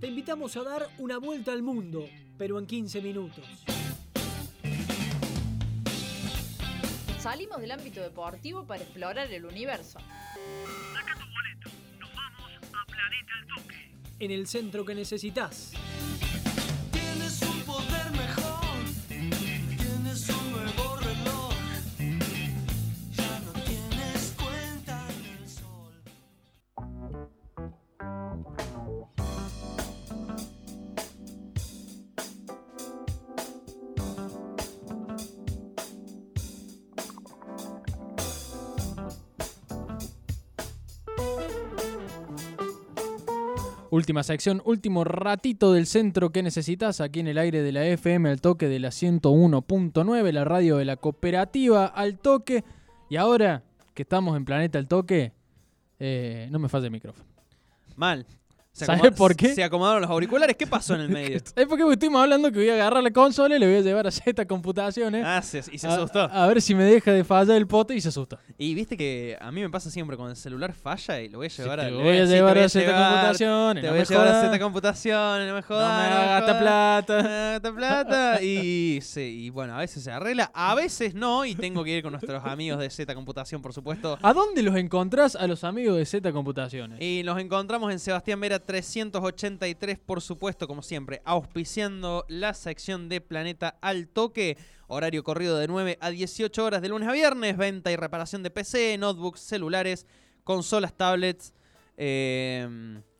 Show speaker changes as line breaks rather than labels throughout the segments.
Te invitamos a dar una vuelta al mundo, pero en 15 minutos.
Salimos del ámbito deportivo para explorar el universo.
Saca tu boleto. Nos vamos a Planeta al Toque.
En el centro que necesitas.
Tienes un poder mejor. Tienes un nuevo reloj. Ya no tienes cuenta en el sol.
Última sección, último ratito del centro que necesitas aquí en el aire de la FM, al toque de la 101.9, la radio de la cooperativa, al toque. Y ahora que estamos en Planeta al toque, eh, no me falla el micrófono.
Mal.
¿Sabés
acomodaron-
por qué?
Se acomodaron los auriculares. ¿Qué pasó en el medio?
Es porque estuvimos hablando que voy a agarrar la consola y le voy a llevar a Z computaciones.
Ah, se- y se
A-
asustó.
A, ver si me deja de fallar el pote y se asustó.
Y viste que a mí me pasa siempre cuando el celular falla y lo voy a
Sí,
llevar
te
a.
lo voy a
sí, te
llevar
voy
a Z
llevar,
computaciones.
Te
no
voy a
me
llevar a
jodas,
Z computaciones, no me
No me
jodas.
hagas gastar plata.
Plata, plata. Y, sí, y bueno, a veces se arregla, a veces no. Y tengo que ir con nuestros amigos de Z Computación, por supuesto.
¿A dónde los encontrás a los amigos de Z Computaciones?
Y nos encontramos en Sebastián Vera 383, por supuesto, como siempre, auspiciando la sección de Planeta al Toque. Horario corrido de 9 a 18 horas de lunes a viernes. Venta y reparación de PC, notebooks, celulares, consolas, tablets, eh,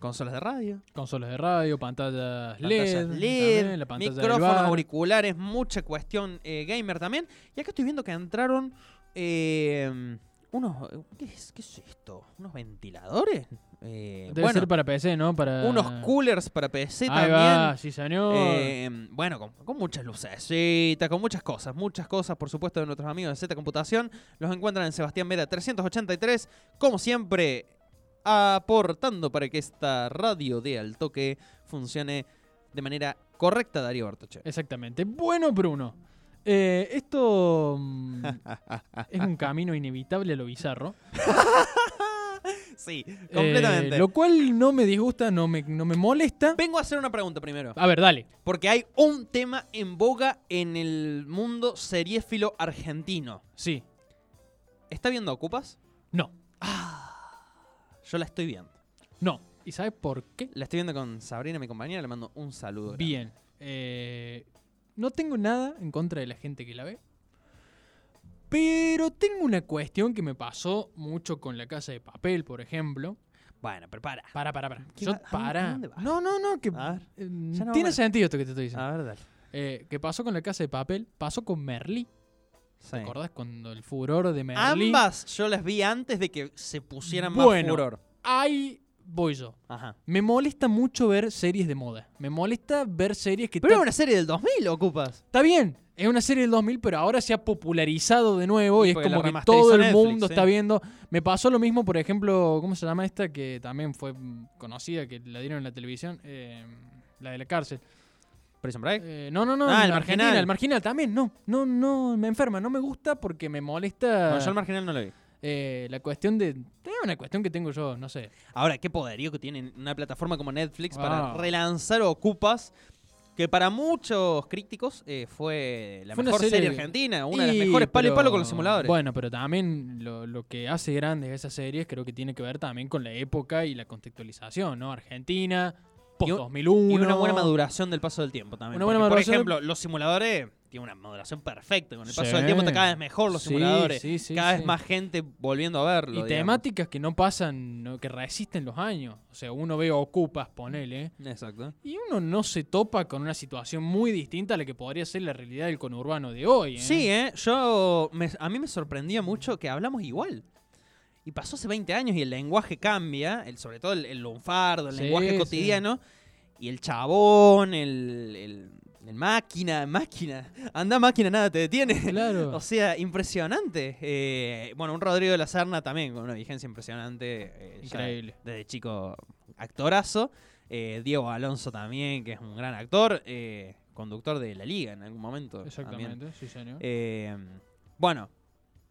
consolas de radio,
Consolas de radio, pantallas LED,
pantallas LED,
E también, la pantalla del
E micrófonos,
bar.
auriculares, mucha cuestión eh, gamer también. Y acá estoy viendo que entraron eh, unos... ¿qué es, qué es esto? ¿Unos ventiladores? Eh,
Debe
bueno,
ser para PC, ¿no? Para...
unos coolers para PC
Ah. Ahí va,
también.
sí señor.
Eh, bueno, con, con muchas lucecitas, con muchas cosas, muchas cosas, por supuesto, de nuestros amigos de Z Computación. Los encuentran en Sebastián Vera 383, como siempre, aportando para que esta radio de al toque funcione de manera correcta, Darío Bartoche.
Exactamente. Bueno, Bruno. eh, esto mm, es un camino inevitable a lo bizarro.
Sí,
Eh,
completamente.
lo cual no me disgusta, no me, no me molesta.
Vengo a hacer una pregunta primero,
A ver, dale.
porque hay un tema en boga en el mundo seriéfilo argentino.
Sí.
¿Está viendo Ocupas?
No.
Yo la estoy viendo.
No. ¿Y sabes por qué?
La estoy viendo con Sabrina, mi compañera, le mando un saludo. grande.
Bien. eh, no tengo nada en contra de la gente que la ve. Pero tengo una cuestión que me pasó mucho con la casa de papel, por ejemplo.
Bueno, pero para.
Para, para, para.
¿Qué
Yo,
va- a dónde- a
para.
dónde vas?
No, no, no. Que,
A ver.
eh,
ya no
tiene
va. Ah.
sentido esto que te estoy diciendo.
ver, dale.
Eh, que pasó con la casa de papel, pasó con Merlí.
Sí.
¿Te acordás cuando el furor de Merlí?
Ambas yo las vi antes de que se pusieran
Bueno.
más furor.
Ahí voy yo.
Ajá.
Me molesta mucho ver series de moda. Me molesta ver series que...
Pero era
ta-
una serie del 2000, ocupas.
Está bien, es una serie del 2000, pero ahora se ha popularizado de nuevo
Sí,
y es
porque
como
la
que
remasterizó
todo el
Netflix,
mundo
sí.
está viendo. Me pasó lo mismo, por ejemplo, ¿cómo se llama esta? Que también fue mm, conocida, que la dieron en la televisión, eh, la de la cárcel.
Prison Break.
Eh, no, no, no,
Ah,
en
El
Argentina,
Marginal.
el marginal también, no, no, no, me enferma, no me gusta porque me molesta
No, yo el marginal no lo vi.
eh, la cuestión de... Es una cuestión que tengo yo, no sé.
Ahora, qué poderío que tienen una plataforma como Netflix para
Wow.
relanzar Ocupas, que para muchos críticos eh, fue la
Fue una
mejor serie,
serie-
argentina, una de
Y,
las mejores palo y
pero-
palo con los simuladores.
Bueno, pero también lo, lo que hace grandes esas series creo que tiene que ver también con la época y la contextualización, ¿no? Argentina,
Y un-
post-2001.
Y una buena maduración del paso del tiempo también.
Una buena
porque,
maduración.
Por ejemplo, los simuladores tienen una maduración perfecta. Con el paso
Sí.
del tiempo está cada vez mejor los
Sí,
simuladores.
sí, sí,
cada
sí.
vez más gente volviendo a verlo.
Y
digamos.
temáticas que no pasan, ¿no? que resisten los años. O sea, uno ve Ocupas, ponele,
Exacto.
y uno no se topa con una situación muy distinta a la que podría ser la realidad del conurbano de hoy. ¿eh?
Sí, ¿eh? Yo, me- a mí me sorprendía mucho que hablamos igual. Y pasó hace 20 años y el lenguaje cambia, el, sobre todo el, el lunfardo, el
Sí,
lenguaje
sí.
cotidiano. Y el chabón, el, el- el máquina, máquina. Anda máquina, nada te detiene.
Claro.
eh, O sea, impresionante. Eh, bueno, un Rodrigo de la Serna también con una vigencia impresionante. eh, ya
Increíble.
Desde chico actorazo. Eh, Diego Alonso también, que es un gran actor. eh, conductor de La Liga en algún momento. también.
Exactamente, sí, señor.
Eh, bueno,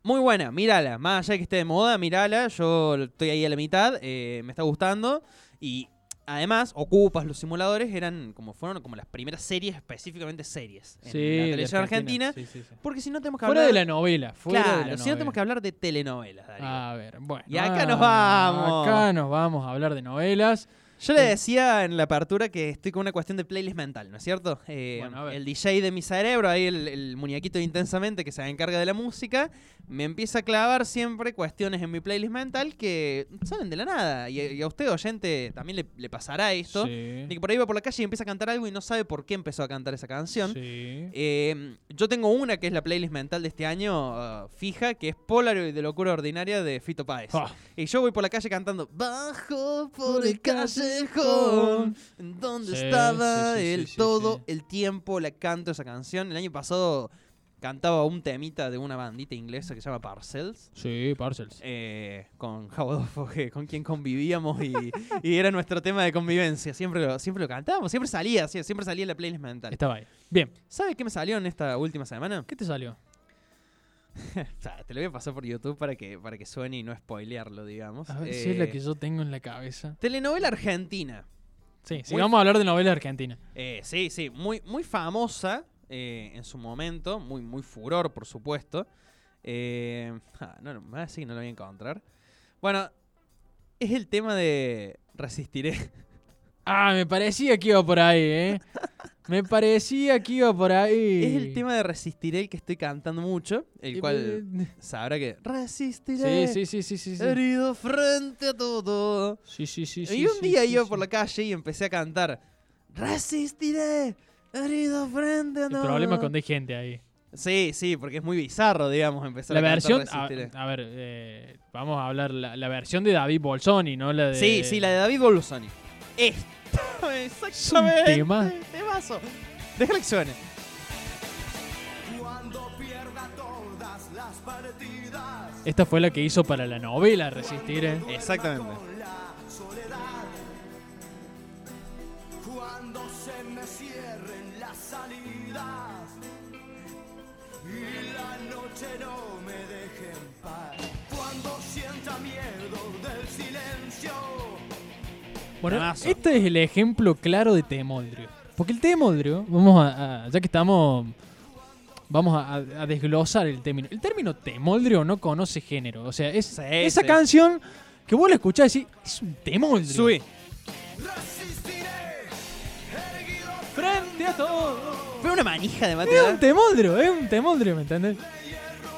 muy buena, mírala. Más allá de que esté de moda, mírala. Yo estoy ahí a la mitad, eh, me está gustando. Y Además, Ocupas, los simuladores eran como fueron como las primeras series, específicamente series en la
de
televisión argentina.
sí, sí, sí.
Porque si no tenemos que
Fuera de
hablar.
la novela. Fuera
claro,
de la
si no tenemos que
novela.
hablar de telenovelas, Darío.
A ver, bueno.
Y acá
ah,
nos vamos.
Acá nos vamos a hablar de novelas.
Yo le decía en la apertura que estoy con una cuestión de playlist mental, ¿no es cierto? Eh,
Bueno, a ver.
el DJ de mi cerebro, ahí el, el muñequito de intensamente que se encarga de la música, me empieza a clavar siempre cuestiones en mi playlist mental que salen de la nada. Y, y a usted, oyente, también le, le pasará esto.
Sí.
De que por ahí va por la calle y empieza a cantar algo y no sabe por qué empezó a cantar esa canción.
sí.
Eh, yo tengo una que es la playlist mental de este año eh, fija, que es Polaroid de locura ordinaria de Fito Páez.
Ah.
Y yo voy por la calle cantando Bajo por el callejón Donde
Sí,
estaba
sí, sí, sí,
el
sí,
todo
sí.
el tiempo La canto esa canción El año pasado cantaba un temita de una bandita inglesa Que se llama Parcels
Sí, Parcels.
eh, con Jaudolfo, que- con quien convivíamos y, y era nuestro tema de convivencia. Siempre lo, siempre lo cantábamos, siempre salía, sí, siempre salía en la playlist mental.
Estaba ahí. Bien.
¿Sabes qué me salió en esta última semana?
¿Qué te salió?
O sea, te lo voy a pasar por YouTube para que, para que suene y no spoilearlo, digamos.
A ver si es la
Eh,
que yo tengo en la cabeza.
Telenovela argentina.
Sí, sí,
muy-
vamos a hablar de novelas argentinas.
Eh, sí, sí, muy, muy famosa eh, en su momento, muy, muy furor, por supuesto. Eh, ah, no, no, me va a decir que no lo voy a encontrar. Bueno, es el tema de Resistiré.
Ah, me parecía que iba por ahí, ¿eh? Me parecía que iba por ahí.
Es el tema de Resistiré el que estoy cantando mucho, el cual sabrá que Resistiré,
Sí, sí, sí, sí, sí. Sí,
herido frente a todo.
sí, sí. sí,
y
sí,
un
sí,
día
sí,
iba
sí.
por la calle y empecé a cantar Resistiré, herido frente a
El
todo.
problema es cuando hay gente ahí.
Sí, sí, porque es muy bizarro, digamos, empezar
La
a cantar
versión, ah, a,
Resistiré.
a ver, eh, vamos a hablar la, la versión de David Bolsoni, ¿no? La de,
Sí, sí, la de David Bolsoni. Esta, exactamente.
tema.
Temazo. Déjala que suene.
Cuando pierda todas las partidas.
Esta fue la que hizo para la novela Resistir, ¿eh?
Exactamente.
con la soledad. Cuando se me cierren las salidas y la noche no me deje en paz. Cuando sienta miedo del silencio.
Bueno,
Temazo.
este es el ejemplo claro de Temoldrio. Porque el Temoldrio, vamos a, a- ya que estamos, vamos a, a- a desglosar el término. El término Temoldrio no conoce género. O sea, es
Sí,
esa
sí.
canción que vos la escuchás y decís, es un Temoldrio.
Subí.
Resistiré, erguido
frente a todo.
Fue una manija de
Es un
¿eh? material.
Temoldrio, es un Temoldrio, ¿me entendés?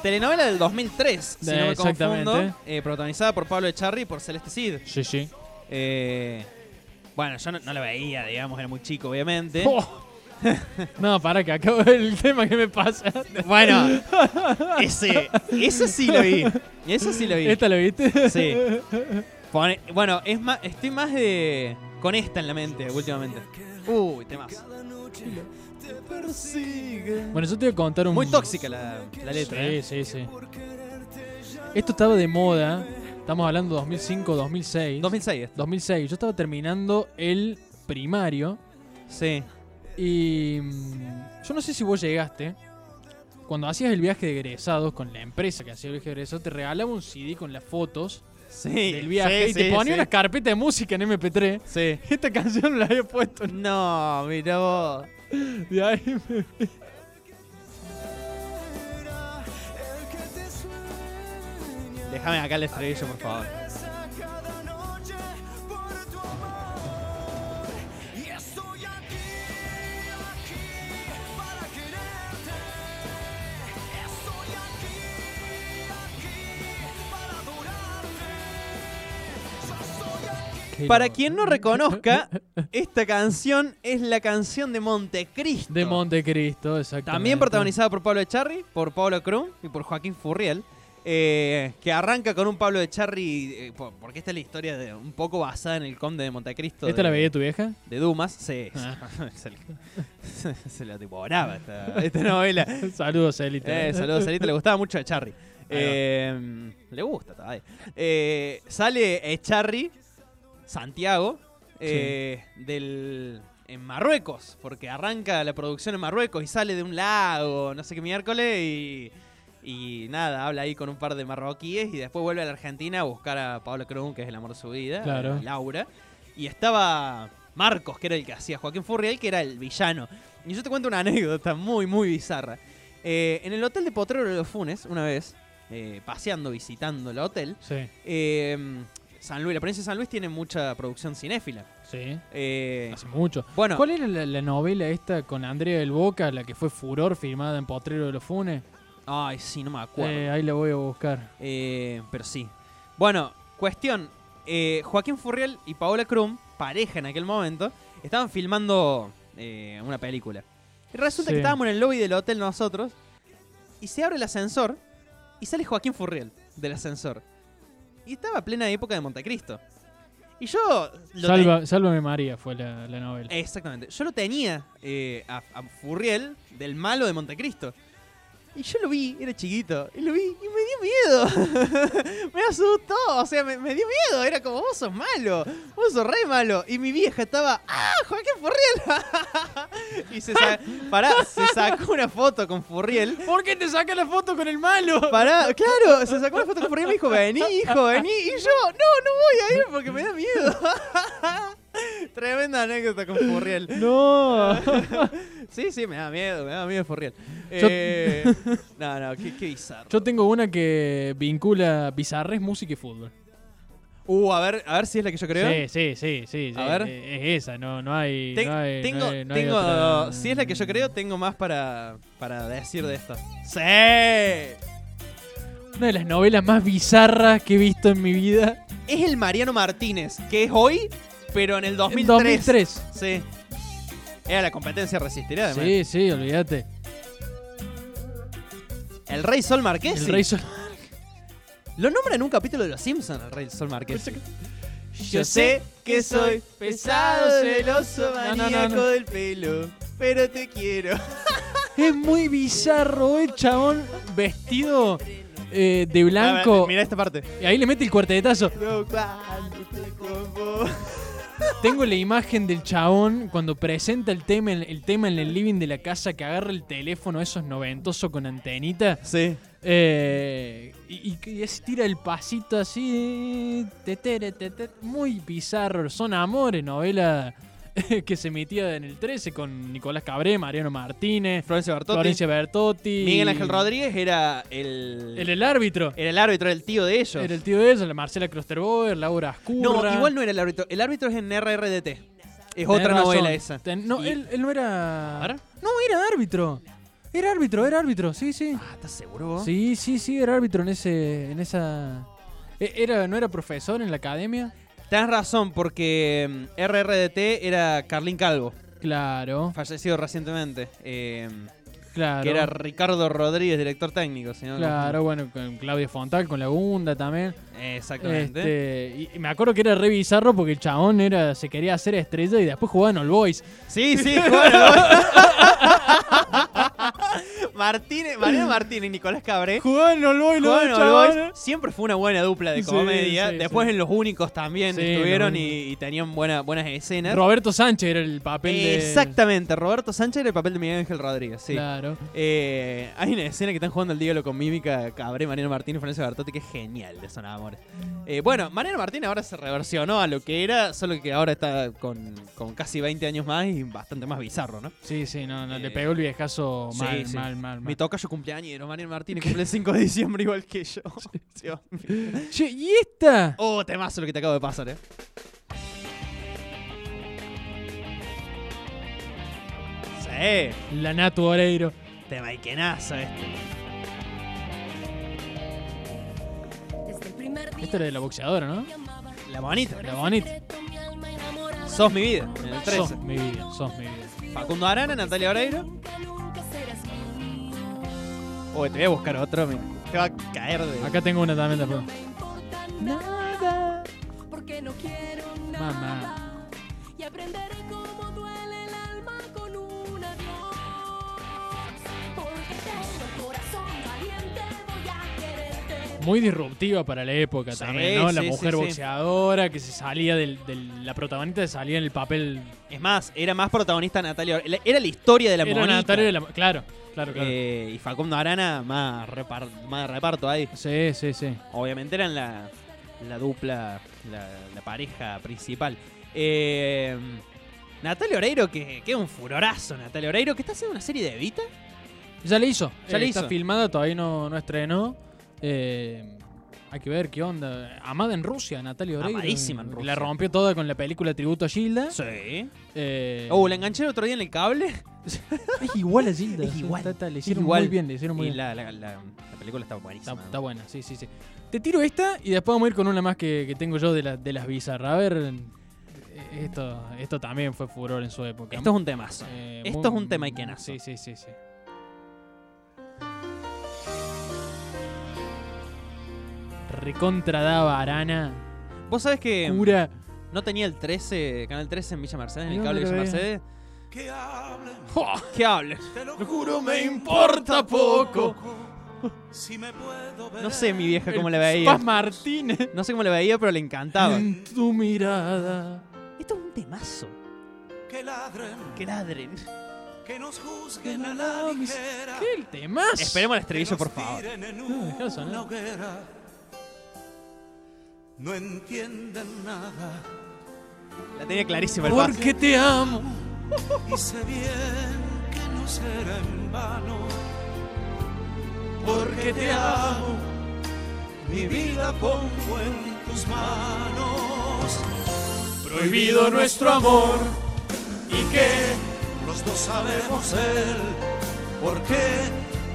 Telenovela del 2003,
Eh,
si no me confundo.
exactamente.
eh, protagonizada por Pablo Echarri y por Celeste Cid.
Sí, sí.
Eh, bueno, yo no, no la veía, digamos, era muy chico, obviamente.
Oh. No, para que acabo el tema que me pasa.
Bueno, ese, ese sí lo vi. Eso sí lo vi.
¿Esta la viste?
Sí. Pone- bueno, es más, estoy más de con esta en la mente últimamente. Uy, temas.
Bueno, yo te voy a contar un.
Muy tóxica la, la letra.
Sí,
¿eh?
sí, sí. Esto estaba de moda. Estamos hablando 2005, 2006.
2006 esto.
2006. Yo estaba terminando el primario.
Sí.
Y. mm, Yo no sé si vos llegaste. Cuando hacías el viaje de egresados con la empresa que hacía el viaje de egresados, te regalaba un CD con las fotos
Sí.
del viaje
sí,
y te
sí,
ponía
sí.
una carpeta de música en MP3.
Sí.
Esta canción la había puesto en-
No, mira vos.
de ahí. me-
era el que te sueña.
Déjame acá el estribillo, por favor.
Regresa cada noche por tu amor. Y estoy aquí, aquí para quererte. Estoy aquí, aquí para adorarte. Yo soy aquí.
Para quien no reconozca, esta canción es la canción de Montecristo.
De Montecristo, exactamente.
También protagonizada por Pablo Echarri, por Pablo Krum y por Joaquín Furriel. eh, que arranca con un Pablo Echarri, eh, po- porque esta es la historia de, un poco basada en el conde de Montecristo.
¿Esta
de,
la veía tu vieja?
De Dumas. Sí.
Ah.
se, la- se la devoraba esta, esta novela.
Saludos, Elite.
Eh, saludos, Sarita. Le gustaba mucho a Echarri.
Ahí va.
Eh, le gusta todavía. Eh, sale Echarri, Santiago, eh, del, en Marruecos, porque arranca la producción en Marruecos y sale de un lago, no sé qué miércoles, y, y nada, habla ahí con un par de marroquíes y después vuelve a la Argentina a buscar a Pablo Krum, que es el amor de su vida,
Claro.
a Laura. y estaba Marcos, que era el que hacía Joaquín Furriel, que era el villano. Y yo te cuento una anécdota muy, muy bizarra. Eh, en el hotel de Potrero de los Funes, una vez, eh, paseando, visitando el hotel,
Sí,
eh, San Luis, la provincia de San Luis tiene mucha producción cinéfila.
sí.
Eh,
Hace mucho.
bueno,
¿Cuál era la, la novela esta con Andrea del Boca, la que fue furor firmada en Potrero de los Funes?
ay, sí, no me acuerdo.
Eh, ahí la voy a buscar.
Eh, pero sí. Bueno, cuestión. eh, Joaquín Furriel y Paola Krum, pareja en aquel momento, estaban filmando eh, una película. Y resulta
Sí.
que estábamos en el lobby del hotel nosotros y se abre el ascensor y sale Joaquín Furriel del ascensor. Y estaba plena época de Montecristo. Y yo lo Eh. ten-
Salva, Sálvame María fue la, la novela.
Exactamente. Yo lo tenía eh, a, a Furriel del malo de Montecristo. Y yo lo vi, era chiquito, y lo vi y me dio miedo. me asustó, o sea, me, me dio miedo. Era como, vos sos malo, vos sos re malo. Y mi vieja estaba, ¡ah, Joaquín Furriel! y se, sa- pará, se sacó una foto con Furriel.
¿Por qué te saca la foto con el malo?
Pará, claro, se sacó una foto con Furriel y me dijo, vení, hijo, vení. Y yo, no, no voy a ir porque me da miedo. Tremenda anécdota con Furriel.
No.
Sí, sí, me da miedo, me da miedo Furriel.
Yo-
Eh, no, no, qué, qué bizarro.
Yo tengo una que vincula bizarres, música y fútbol.
Uh, a ver, a ver si es la que yo creo.
Sí, sí, sí, sí.
A
sí,
ver.
eh, Es esa, no, no hay.
Ten-
no hay-
tengo,
no hay- no hay
tengo,
otra.
si es la que yo creo, tengo más para, para decir de esto. Sí.
Una de las novelas más bizarras que he visto en mi vida.
Es el Mariano Martínez, que es hoy, pero en el 2003.
En 2003.
Sí. Era la competencia resistirá, además.
Sí, sí, olvídate.
El Rey Sol Marqués.
El rey sol.
Lo nombra en un capítulo de Los Simpsons, el Rey Sol Marqués.
Yo sé que soy pesado, celoso, No, no, no, maníaco no.
del pelo, pero te quiero.
Es muy bizarro el chabón vestido eh, de blanco.
Mira esta parte.
Y ahí le mete el cuartetazo. Tengo la imagen del chabón cuando presenta el tema, en- el tema en el living de la casa que agarra el teléfono, esos noventoso con antenita.
Sí.
eh, y, y que así tira el pasito así. eh, tetere, tetere, muy bizarro. Son amores, novela que se emitía en el 13 con Nicolás Cabré, Mariano Martínez,
Florencia Bartotti.
Florencia Bertotti.
Miguel Ángel Rodríguez era el,
El, el árbitro.
era el árbitro, era el tío de ellos.
Era el tío de ellos, la Marcela Klosterboer, Laura Ascurra.
no, igual no era el árbitro. El árbitro es en RRDT. Es
Tenés
otra
razón.
novela esa.
Ten- no,
Y-
él, él no era.
¿Ahora?
No, era árbitro. Era árbitro, era árbitro, sí, sí.
Ah, ¿estás seguro vos?
Sí, sí, sí, era árbitro en ese. en esa. E- Era, ¿No era profesor en la academia?
Tenés razón, porque mm, RRDT era Carlín Calvo,
Claro,
fallecido recientemente. eh,
claro.
Que era Ricardo Rodríguez, director técnico. si no-
Claro, bueno, con Claudia Fontal, con la Gunda también.
Exactamente.
Este, y- y me acuerdo que era re bizarro porque el chabón era, se quería hacer estrella y después jugaba en All Boys.
Sí, sí, bueno. Martínez, Mariano Martínez y Nicolás Cabré.
Jugaba en All Boys,
Jugaban
los
a ¿Eh? All
chabones.
Boys. Siempre fue una buena dupla de
Sí,
comedia.
sí,
Después
sí.
en Los Únicos también
Sí,
estuvieron
Los
y, y tenían buena- buenas escenas.
¿eh? Roberto Sánchez era el papel de.
Exactamente, Roberto Sánchez era el papel de Miguel Ángel Rodríguez, sí.
Claro.
Eh, hay una escena que están jugando el diálogo con Mímica, Cabré, Mariano Martínez, Florencia Bertotti, que es genial de Son Amores. Eh, bueno, Mariano Martínez ahora se reversionó a lo que era, solo que ahora está con, con casi 20 años más y bastante más bizarro, ¿no?
Sí, sí, no, no,
Eh,
le pegó el viejazo
sí,
mal,
sí.
mal, mal,
Mi
mal.
tocayo cumpleañero, Mariano Martínez, cumple el 5 de diciembre igual que yo. Dios mío.
Che, ¿y esta?
Oh, temazo lo que te acabo de pasar, eh. Sí,
La Natu Oreiro.
tema iquenazo este.
Esta era de la boxeadora, ¿no?
La bonita.
La bonita.
Sos mi vida, en el 13.
Sos mi vida, sos mi vida.
Facundo Arana, Natalia Oreiro. Oh, te voy a buscar otro, mira. Te va a caer de.
Acá tengo una también después.
Nada, porque no quiero nada.
Mamá.
Y aprenderé cómo duele el alma con un adiós. Porque tengo corazón valiente, voy a quererte.
Muy disruptiva para la época
Sí,
también, ¿no? La
sí,
mujer
sí, sí.
boxeadora que se salía del, del- La protagonista se salía en el papel.
Es más, era más protagonista Natalia Oreiro. Era la historia de la
Era
bonita.
Natalia de la. Claro, claro, claro.
Eh, y Facundo Arana, más, repar- más reparto ahí.
sí, sí, sí.
Obviamente eran la, la dupla, la, la pareja principal. Eh, Natalia Oreiro, que, que es un furorazo, Natalia Oreiro, que está haciendo una serie de Evita.
Ya le hizo.
Ya
eh,
le
Está
hizo.
filmada, todavía no, no estrenó. Eh, hay que ver qué onda. Amada en Rusia, Natalia Oreiro.
Amadísima en Rusia.
La rompió toda con la película Tributo a Gilda.
Sí.
Eh,
Oh, la enganché el otro día en el cable.
Es igual a Gilda.
Es igual.
Está- está- le hicieron
igual.
muy bien, le hicieron muy
Y
bien.
la, la- la- la película está buenísima.
Está, está buena, sí, sí, sí. Te tiro esta y después vamos a ir con una más que, que tengo yo de, la- de las bizarras. A ver, eh, esto, esto también fue furor en su época.
Esto es un temazo.
Eh,
Esto
muy-
es un tema iquenazo.
Sí, sí, sí, sí. Recontra daba Arana,
Vos sabés que
cura.
no tenía el 13, Canal 13 en Villa Mercedes, en el
No,
cable de
no
Villa
lo veía.
Mercedes.
Que hablen,
¿Qué hables?
te lo
Lo juro, me
importa poco.
Si me puedo ver.
No sé mi vieja cómo le veía.
Paz Martínez.
No sé cómo le veía, pero le encantaba.
En tu mirada.
Esto es un temazo.
Que ladren,
Que ladren.
que nos juzguen a la ligera.
¿Qué el temas?
Ah. Esperemos el
que
estribillo,
nos
por favor.
tiren en
dejá sonar.
una hoguera. No entienden nada
La tenía clarísima el paso.
Porque te amo.
y sé bien que no será en vano. Porque te amo, mi vida pongo en tus manos. Prohibido nuestro amor y que los dos sabemos él. Porque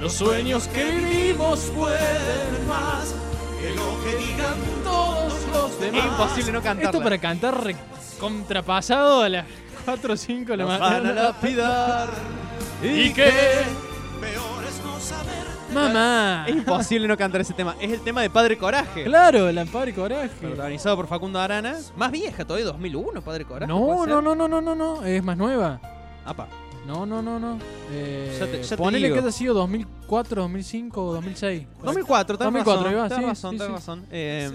los sueños que vivimos pueden más que lo que digan todos los
Es
demás.
imposible no cantarla.
Esto para cantar re- contrapasado a las 4 o 5 de la
Nos
mañana.
van a lapidar.
¿Y qué?
Peor es no saber
Mamá.
Es imposible no cantar ese tema. Es el tema de Padre Coraje.
Claro, el Amparo y Coraje.
Protagonizado por Facundo Arana. Más vieja todavía, 2001, Padre Coraje.
No,
¿puede
no,
ser?
no, no, no, no, no. Es más nueva.
Apa.
No, no, no, no. Eh,
Ya te- ya te
ponele
digo.
que haya sido 2004, 2005 o 2006.
2004, tenés
2004,
razón.
ahí va,
tenés
sí,
razón,
sí,
tenés
sí.
razón. Eh,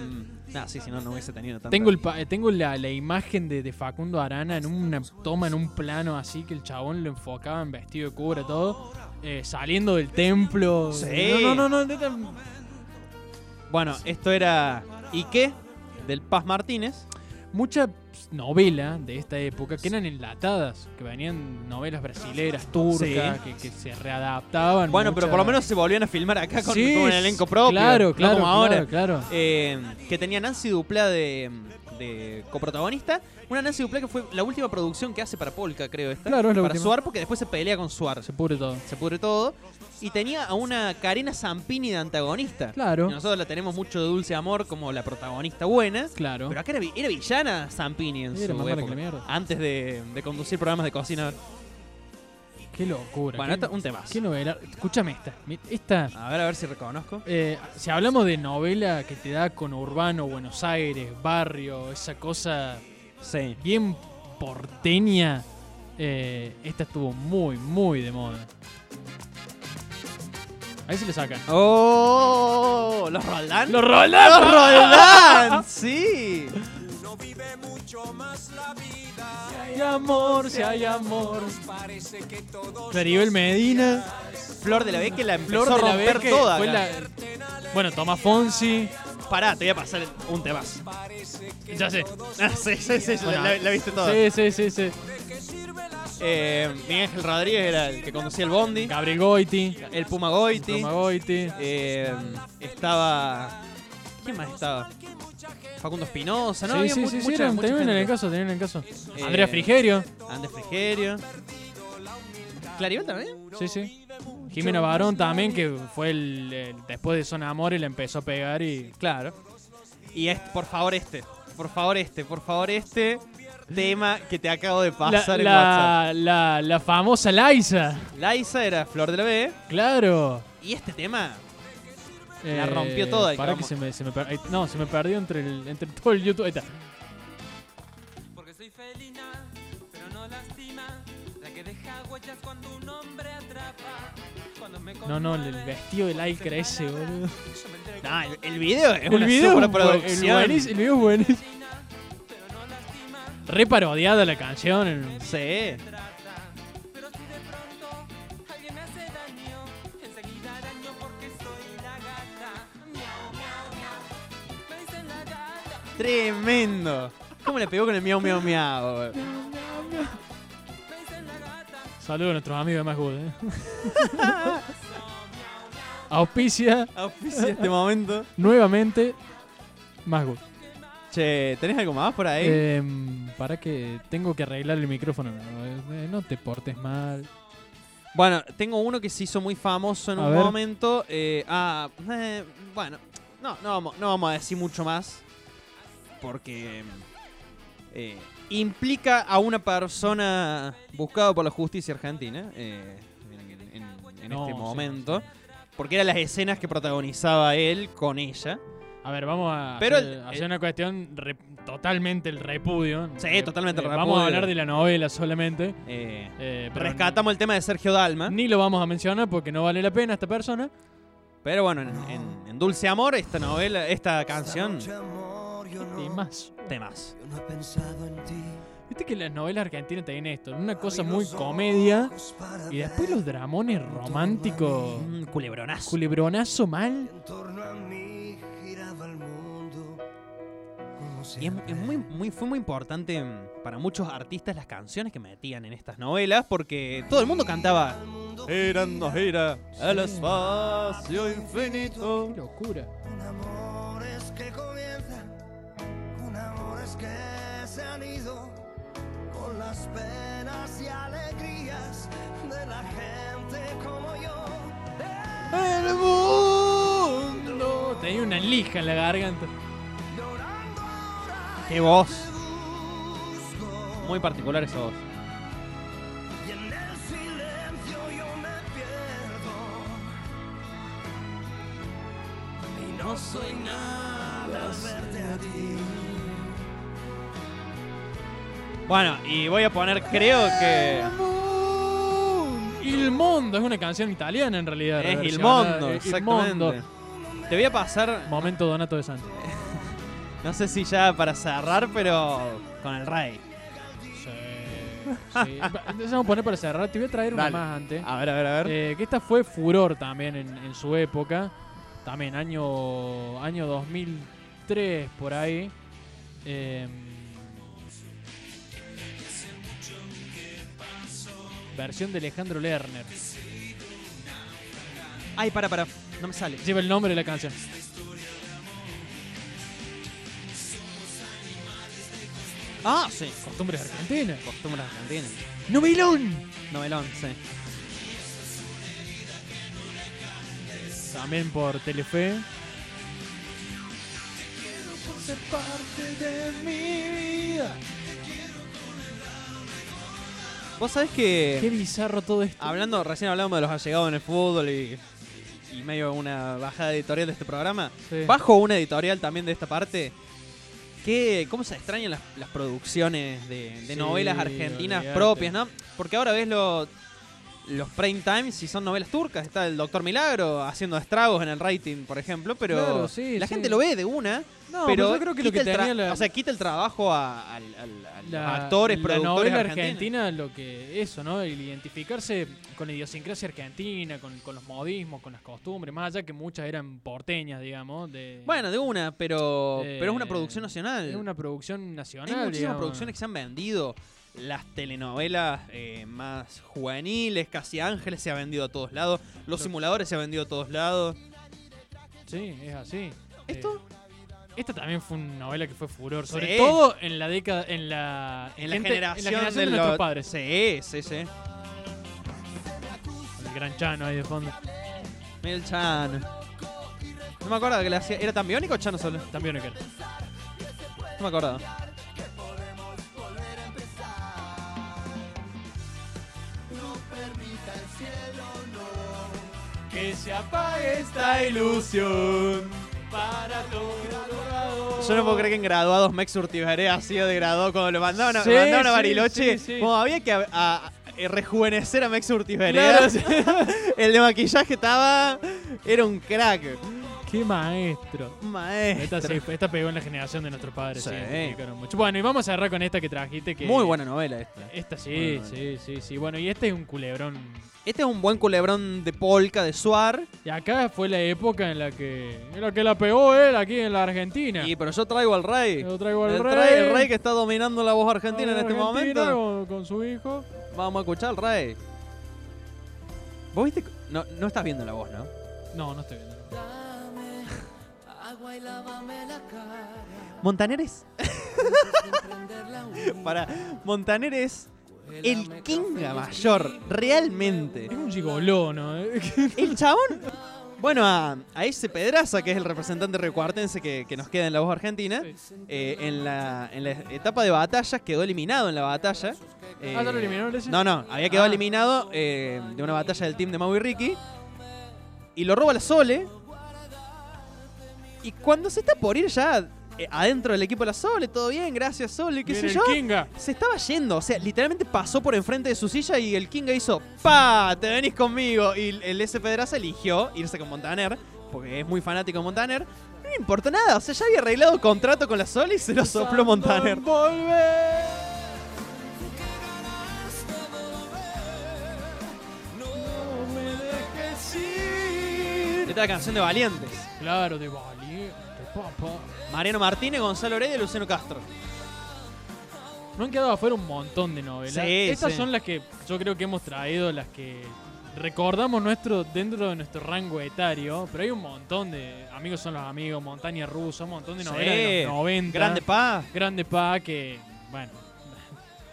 nah, sí, si no, no hubiese tenido tanto.
Tengo, el pa- eh, tengo la, la imagen de, de Facundo Arana en una toma, en un plano así, que el chabón lo enfocaba en vestido de cubra, todo, eh, saliendo del templo.
Sí.
No, no, no, no, no.
Bueno, esto era ¿Y qué? del Paz Martínez.
Mucha ps, novela de esta época que eran enlatadas, que venían novelas brasileras, turcas,
Sí.
que, que se readaptaban.
Bueno, pero por lo
muchas-
menos se volvían a filmar acá con,
Sí,
con un elenco propio.
Claro,
no
claro,
como ahora.
claro, claro.
Eh, que tenía Nancy Dupla de, de coprotagonista. Una Nancy Dupla que fue la última producción que hace para Polka, creo. Esta,
Claro, es la
Para
última.
Suar, porque después se pelea con Suar.
Se pudre todo.
se pudre todo. Y tenía a una Karina Zampini de antagonista.
Claro.
Y nosotros la tenemos mucho de Dulce Amor como la protagonista buena.
Claro.
Pero acá era, vi- era villana Zampini en
Era
su
más mala
época,
que la mierda.
Antes de, de conducir programas de cocina.
Qué locura.
Bueno,
qué-
esto- un temazo.
¿Qué novela? Escúchame esta. Mi- Esta.
A ver, a ver si reconozco.
eh, si hablamos de novela que te da con urbano, Buenos Aires, barrio, esa cosa
Sí.
bien porteña, eh, esta estuvo muy, muy de moda. Ahí se le sacan.
¡Oh! ¿Los Roldán?
¡Los Roldán!
¡Los Roldán! ¡Sí!
No vive mucho más la vida.
Hay amor, si hay amor.
Parece que todos
Claribel Medina.
Flor de la B que la empezó
Flor de
a
la
romper
Vez, que
toda.
fue
acá.
la- Bueno, Tomás Fonsi.
Pará, te voy a pasar un temazo.
Ya sé.
Ah, sí, sí, sí,
Bueno.
la, la viste toda.
Sí, sí, sí, sí.
Eh, Miguel Ángel Rodríguez era el que conducía el bondi.
Gabriel Goiti.
El Puma Goiti.
Roma Goiti.
Eh, estaba. ¿Quién más estaba? Facundo Espinosa, ¿no?
sí,
Había
sí,
mu-
sí, sí,
mucha-
eran-
mucha
tenían en
gente.
el caso, tenían en el caso.
Eh,
Andrea Frigerio,
Andrés Frigerio. ¿Claribel también?
sí, sí. Jimena Barón también, que fue el, el- después de Zona Amor y la empezó a pegar y...
Claro. Y este, por favor, este. Por favor, este. Por favor, este. Tema que te acabo de
La,
pasar
la- la- la famosa Liza,
en WhatsApp. Laisa era Flor de la B.
claro.
Y este tema. La rompió toda,
Para que
digamos.
se me, se me per- ahí- No, se me perdió entre, el- entre todo el YouTube. Ahí está.
Porque soy felina, pero no lastima. La que deja huellas cuando un hombre atrapa. Cuando me
No, no, el,
conmueve,
el vestido de lycra ese, boludo.
yo me entrego
Nah, el, el video es
El
una
video, es bu- el,
superproducción.
buenísimo, el video es buenísimo.
felina, pero no lastima.
Re parodiada la canción. el-
Sí.
Trata. Pero si de pronto alguien me hace daño, enseguida araño porque soy la gata. Miau, miau, miau. Me dicen la gata.
Tremendo. ¿Cómo le pegó con el miau miau miau? güey?
Saludos a nuestros amigos de Más Good, ¿eh? Auspicia
Auspicia este momento.
nuevamente Más Good.
Che, ¿tenés algo más por ahí?
Em, para que tengo que arreglar el micrófono. No, eh, no te portes mal.
Bueno, tengo uno que se hizo muy famoso en
A
un
ver.
momento. eh, ah, eh, bueno, no, no, vamos, no vamos a decir mucho más. Porque eh, implica a una persona buscada por la justicia argentina eh, en, en- en
No,
este
sí,
momento. Porque eran las escenas que protagonizaba él con ella.
A ver, vamos a
Pero
hacer,
el-
hacer una cuestión re- totalmente el repudio. Eh,
Sí, totalmente el
Vamos
repudio.
a hablar de la novela solamente.
Eh,
eh, pero
rescatamos el tema de Sergio Dalma.
Ni lo vamos a mencionar porque no vale la pena esta persona.
Pero bueno, en, en- en Dulce Amor, esta novela, esta canción,
Y más.
temas.
Viste que las novelas argentinas tienen esto. Una cosa muy comedia. Y después los dramones románticos.
Un culebronazo.
Culebronazo mal.
En torno a mí giraba el mundo. como
Y es,
siempre.
es muy, muy, fue muy importante mm, para muchos artistas las canciones que metían en estas novelas porque todo el mundo cantaba. Gira, no gira, el espacio infinito.
Qué locura.
Un amor es que comienza, un amor es que se han ido con las penas y alegrías de la gente como yo.
El mundo. Tenía una lija en la garganta.
Qué voz. Muy particular esa voz.
Y en el silencio yo me pierdo. Y no soy nada al verte a ti.
Bueno, y voy a poner, creo que.
Il Mondo es una canción italiana en realidad.
Es Il
reversionada. eh,
Mondo,
Es Il Mondo.
exactamente. Te voy a pasar,
Momento Donato de Santos.
no sé si ya para cerrar, pero con el rey.
Sí. sí. Entonces vamos a poner para cerrar. Te voy a traer
Dale.
una más antes.
A ver, a ver, a ver.
Eh, que esta fue furor también en, en su época. También año, año 2003 por ahí. Eh, versión de Alejandro Lerner.
Ay, para, para. No me sale.
Lleva el nombre de la canción.
Ah, sí.
Costumbres argentinas.
Costumbres argentinas.
¡Novelón!
Novelón, sí.
También por Telefe.
Vos sabés que.
Qué bizarro todo esto.
Hablando, recién hablamos de los allegados en el fútbol y, y medio una bajada editorial de este programa.
Sí.
Bajo una editorial también de esta parte. ¿Qué, ¿Cómo se extrañan las, las producciones de, de
Sí,
novelas argentinas
olvidate.
propias, no? Porque ahora ves lo- los prime times y son novelas turcas. Está el Doctor Milagro haciendo estragos en el rating, por ejemplo, pero
Claro, sí,
la
sí.
gente lo ve de una.
No, pues
pero
yo creo que lo
quita
que
el tra-
tenía la,
O sea, quita el trabajo a, al- al- a los
la-
actores,
la
productores
novela
argentinos.
argentina, lo que eso, ¿no? El identificarse con la idiosincrasia argentina, con, con los modismos, con las costumbres, más allá que muchas eran porteñas, digamos. De,
Bueno, de una, pero,
Eh,
pero es una producción nacional.
es una producción nacional.
Hay muchísimas
digamos.
producciones que se han vendido. Las telenovelas eh, más juveniles, Casi Ángeles se ha vendido a todos lados. Los simuladores se ha vendido a todos lados.
Sí, es así.
¿Esto?
Eh, esta también fue una novela que fue furor, sobre
Sí.
todo en la década, en la,
En la
gente-
generación,
en la generación de,
los-
nuestros padres.
Sí, sí, sí.
El gran Chano ahí de fondo.
Mira el Chan. No me acuerdo que le hacía. ¿Era tan biónico o Chano solo?
También lo que era.
No me acuerdo.
Que se apague esta ilusión para todo
Yo no puedo creer que en graduados Mex Urtibaré ha sido de graduado cuando lo mandaban a,
Sí,
lo mandaban a
sí,
Bariloche.
sí, sí.
Como había que a- a- eh, rejuvenecer a Mex Urtibaré.
Claro,
el de maquillaje estaba. Era un crack.
Qué maestro. Esta,
Maestro.
sí, esta pegó en la generación de nuestros padres.
Sí.
sí, nos explicaron mucho. Bueno, y vamos a cerrar con esta que trajiste. Que
Muy buena novela esta.
Esta
Muy
sí,
buena.
sí, sí, sí. Bueno, y este es un culebrón.
Este es un buen culebrón de polka, de suar.
Y acá fue la época en la que, en la, que la pegó él aquí en la Argentina.
Y pero yo traigo al rey.
Yo traigo al
el
rey.
rey. El rey que está dominando la voz argentina en este
Argentina
momento.
Con, con su hijo.
Vamos a escuchar al rey. ¿Vos viste? que- No, no estás viendo la voz, ¿no?
No, no estoy viendo.
Dame agua y lávame la cara.
Montaneres.
Prender la
Para Montaneres. El Kinga Mayor, realmente.
Es un eh. gigoló, ¿no?
El chabón. Bueno, a, a ese Pedraza, que es el representante recuartense que, que nos queda en la voz argentina, eh, en, la, en la etapa de batallas quedó eliminado en la batalla. Eh,
Ah, ¿ya lo eliminaron ese?
No, no, había quedado
Ah.
eliminado eh, de una batalla del team de Mau y Ricky. Y lo roba la Sole. Y cuando se está por ir ya eh, adentro del equipo de la Sole, todo bien, gracias Sole, qué
Viene
sé
el
yo.
Kinga.
Se estaba yendo, o sea, literalmente pasó por enfrente de su silla y el Kinga hizo ¡Pa! ¡Te venís conmigo! Y el S. Pedraza eligió irse con Montaner, porque es muy fanático de Montaner. No le importó nada, o sea, ya había arreglado contrato con la Sol y se lo sopló Montaner. Esta es la canción de Valientes.
Claro, de valiente, papá.
Mariano Martínez, Gonzalo Heredia y Luciano Castro.
No han quedado afuera un montón de novelas.
Sí,
Estas
sí.
son las que yo creo que hemos traído, las que recordamos nuestro dentro de nuestro rango etario. Pero hay un montón de Amigos son los amigos, Montaña Rusa, un montón de novelas de los 90.
Grande Paz.
Grande Pa, que. Bueno,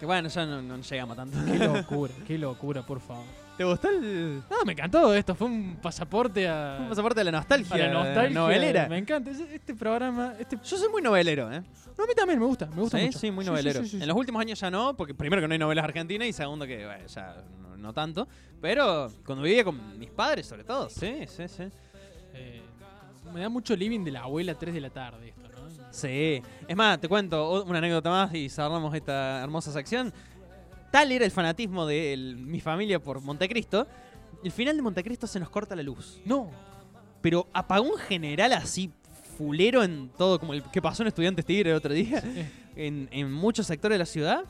Que bueno, ya no, no llegamos tanto.
qué locura, qué locura, por favor.
¿Te gustó el...?
No, me encantó esto. Fue un pasaporte a.
Un pasaporte de la nostalgia.
a la nostalgia.
Novelera.
Me encanta. Es- Este programa. Este...
Yo soy muy novelero, ¿eh?
No, a mí también me gusta, me gusta
sí,
mucho.
sí, muy novelero.
sí, sí, sí.
En los últimos años ya no, porque primero que no hay novelas argentinas y segundo que bueno, ya no, no tanto. Pero cuando vivía con mis padres, sobre todo. Sí, sí, sí.
Eh, me da mucho living de la abuela a 3 de la tarde esto, ¿no?
Sí. Es más, te cuento o- una anécdota más y cerramos esta hermosa sección. Tal era el fanatismo de el- mi familia por Montecristo. El final de Montecristo se nos corta la luz.
No.
Pero apagó un general así fulero en todo, como el que pasó en Estudiantes Tigre el otro día, en, en muchos sectores de la ciudad.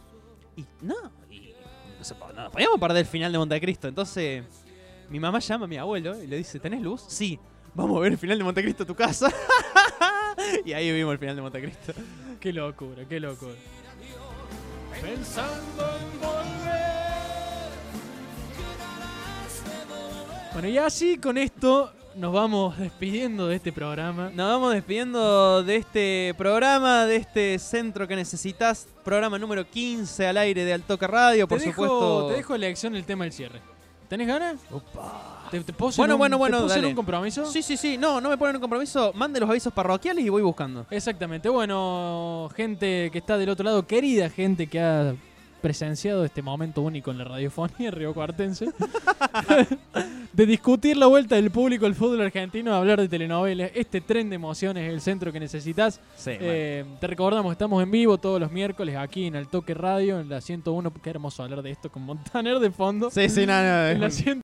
Y no, y no, se, po- no podíamos perder el final de Montecristo. Entonces, mi mamá llama a mi abuelo y le dice, ¿tenés luz? Sí, vamos a ver el final de Montecristo a tu casa. y ahí vimos el final de Montecristo.
Qué locura, qué locura. Bueno, y así con esto nos vamos despidiendo de este programa.
Nos vamos despidiendo de este programa, de este centro que necesitas. Programa número 15 al aire de Altoca Radio, por
te
supuesto.
Dejo, te dejo la elección el tema del cierre. ¿Tenés ganas? ¿Te, te puedo hacer
Bueno,
un,
bueno,
te
bueno,
puedo hacer
dale.
un compromiso?
Sí, sí, sí. No, no me ponen un compromiso. Mande los avisos parroquiales y voy buscando.
Exactamente. Bueno, gente que está del otro lado, querida gente que ha presenciado este momento único en la radiofonía riocuartense, de discutir la vuelta del público al fútbol argentino, hablar de telenovelas, este tren de emociones es el centro que necesitas.
Sí,
Eh, te recordamos, estamos en vivo todos los miércoles aquí en Al Toque Radio, en la 101, qué hermoso hablar de esto con Montaner de fondo,
sí, sí, nada.
en la 101.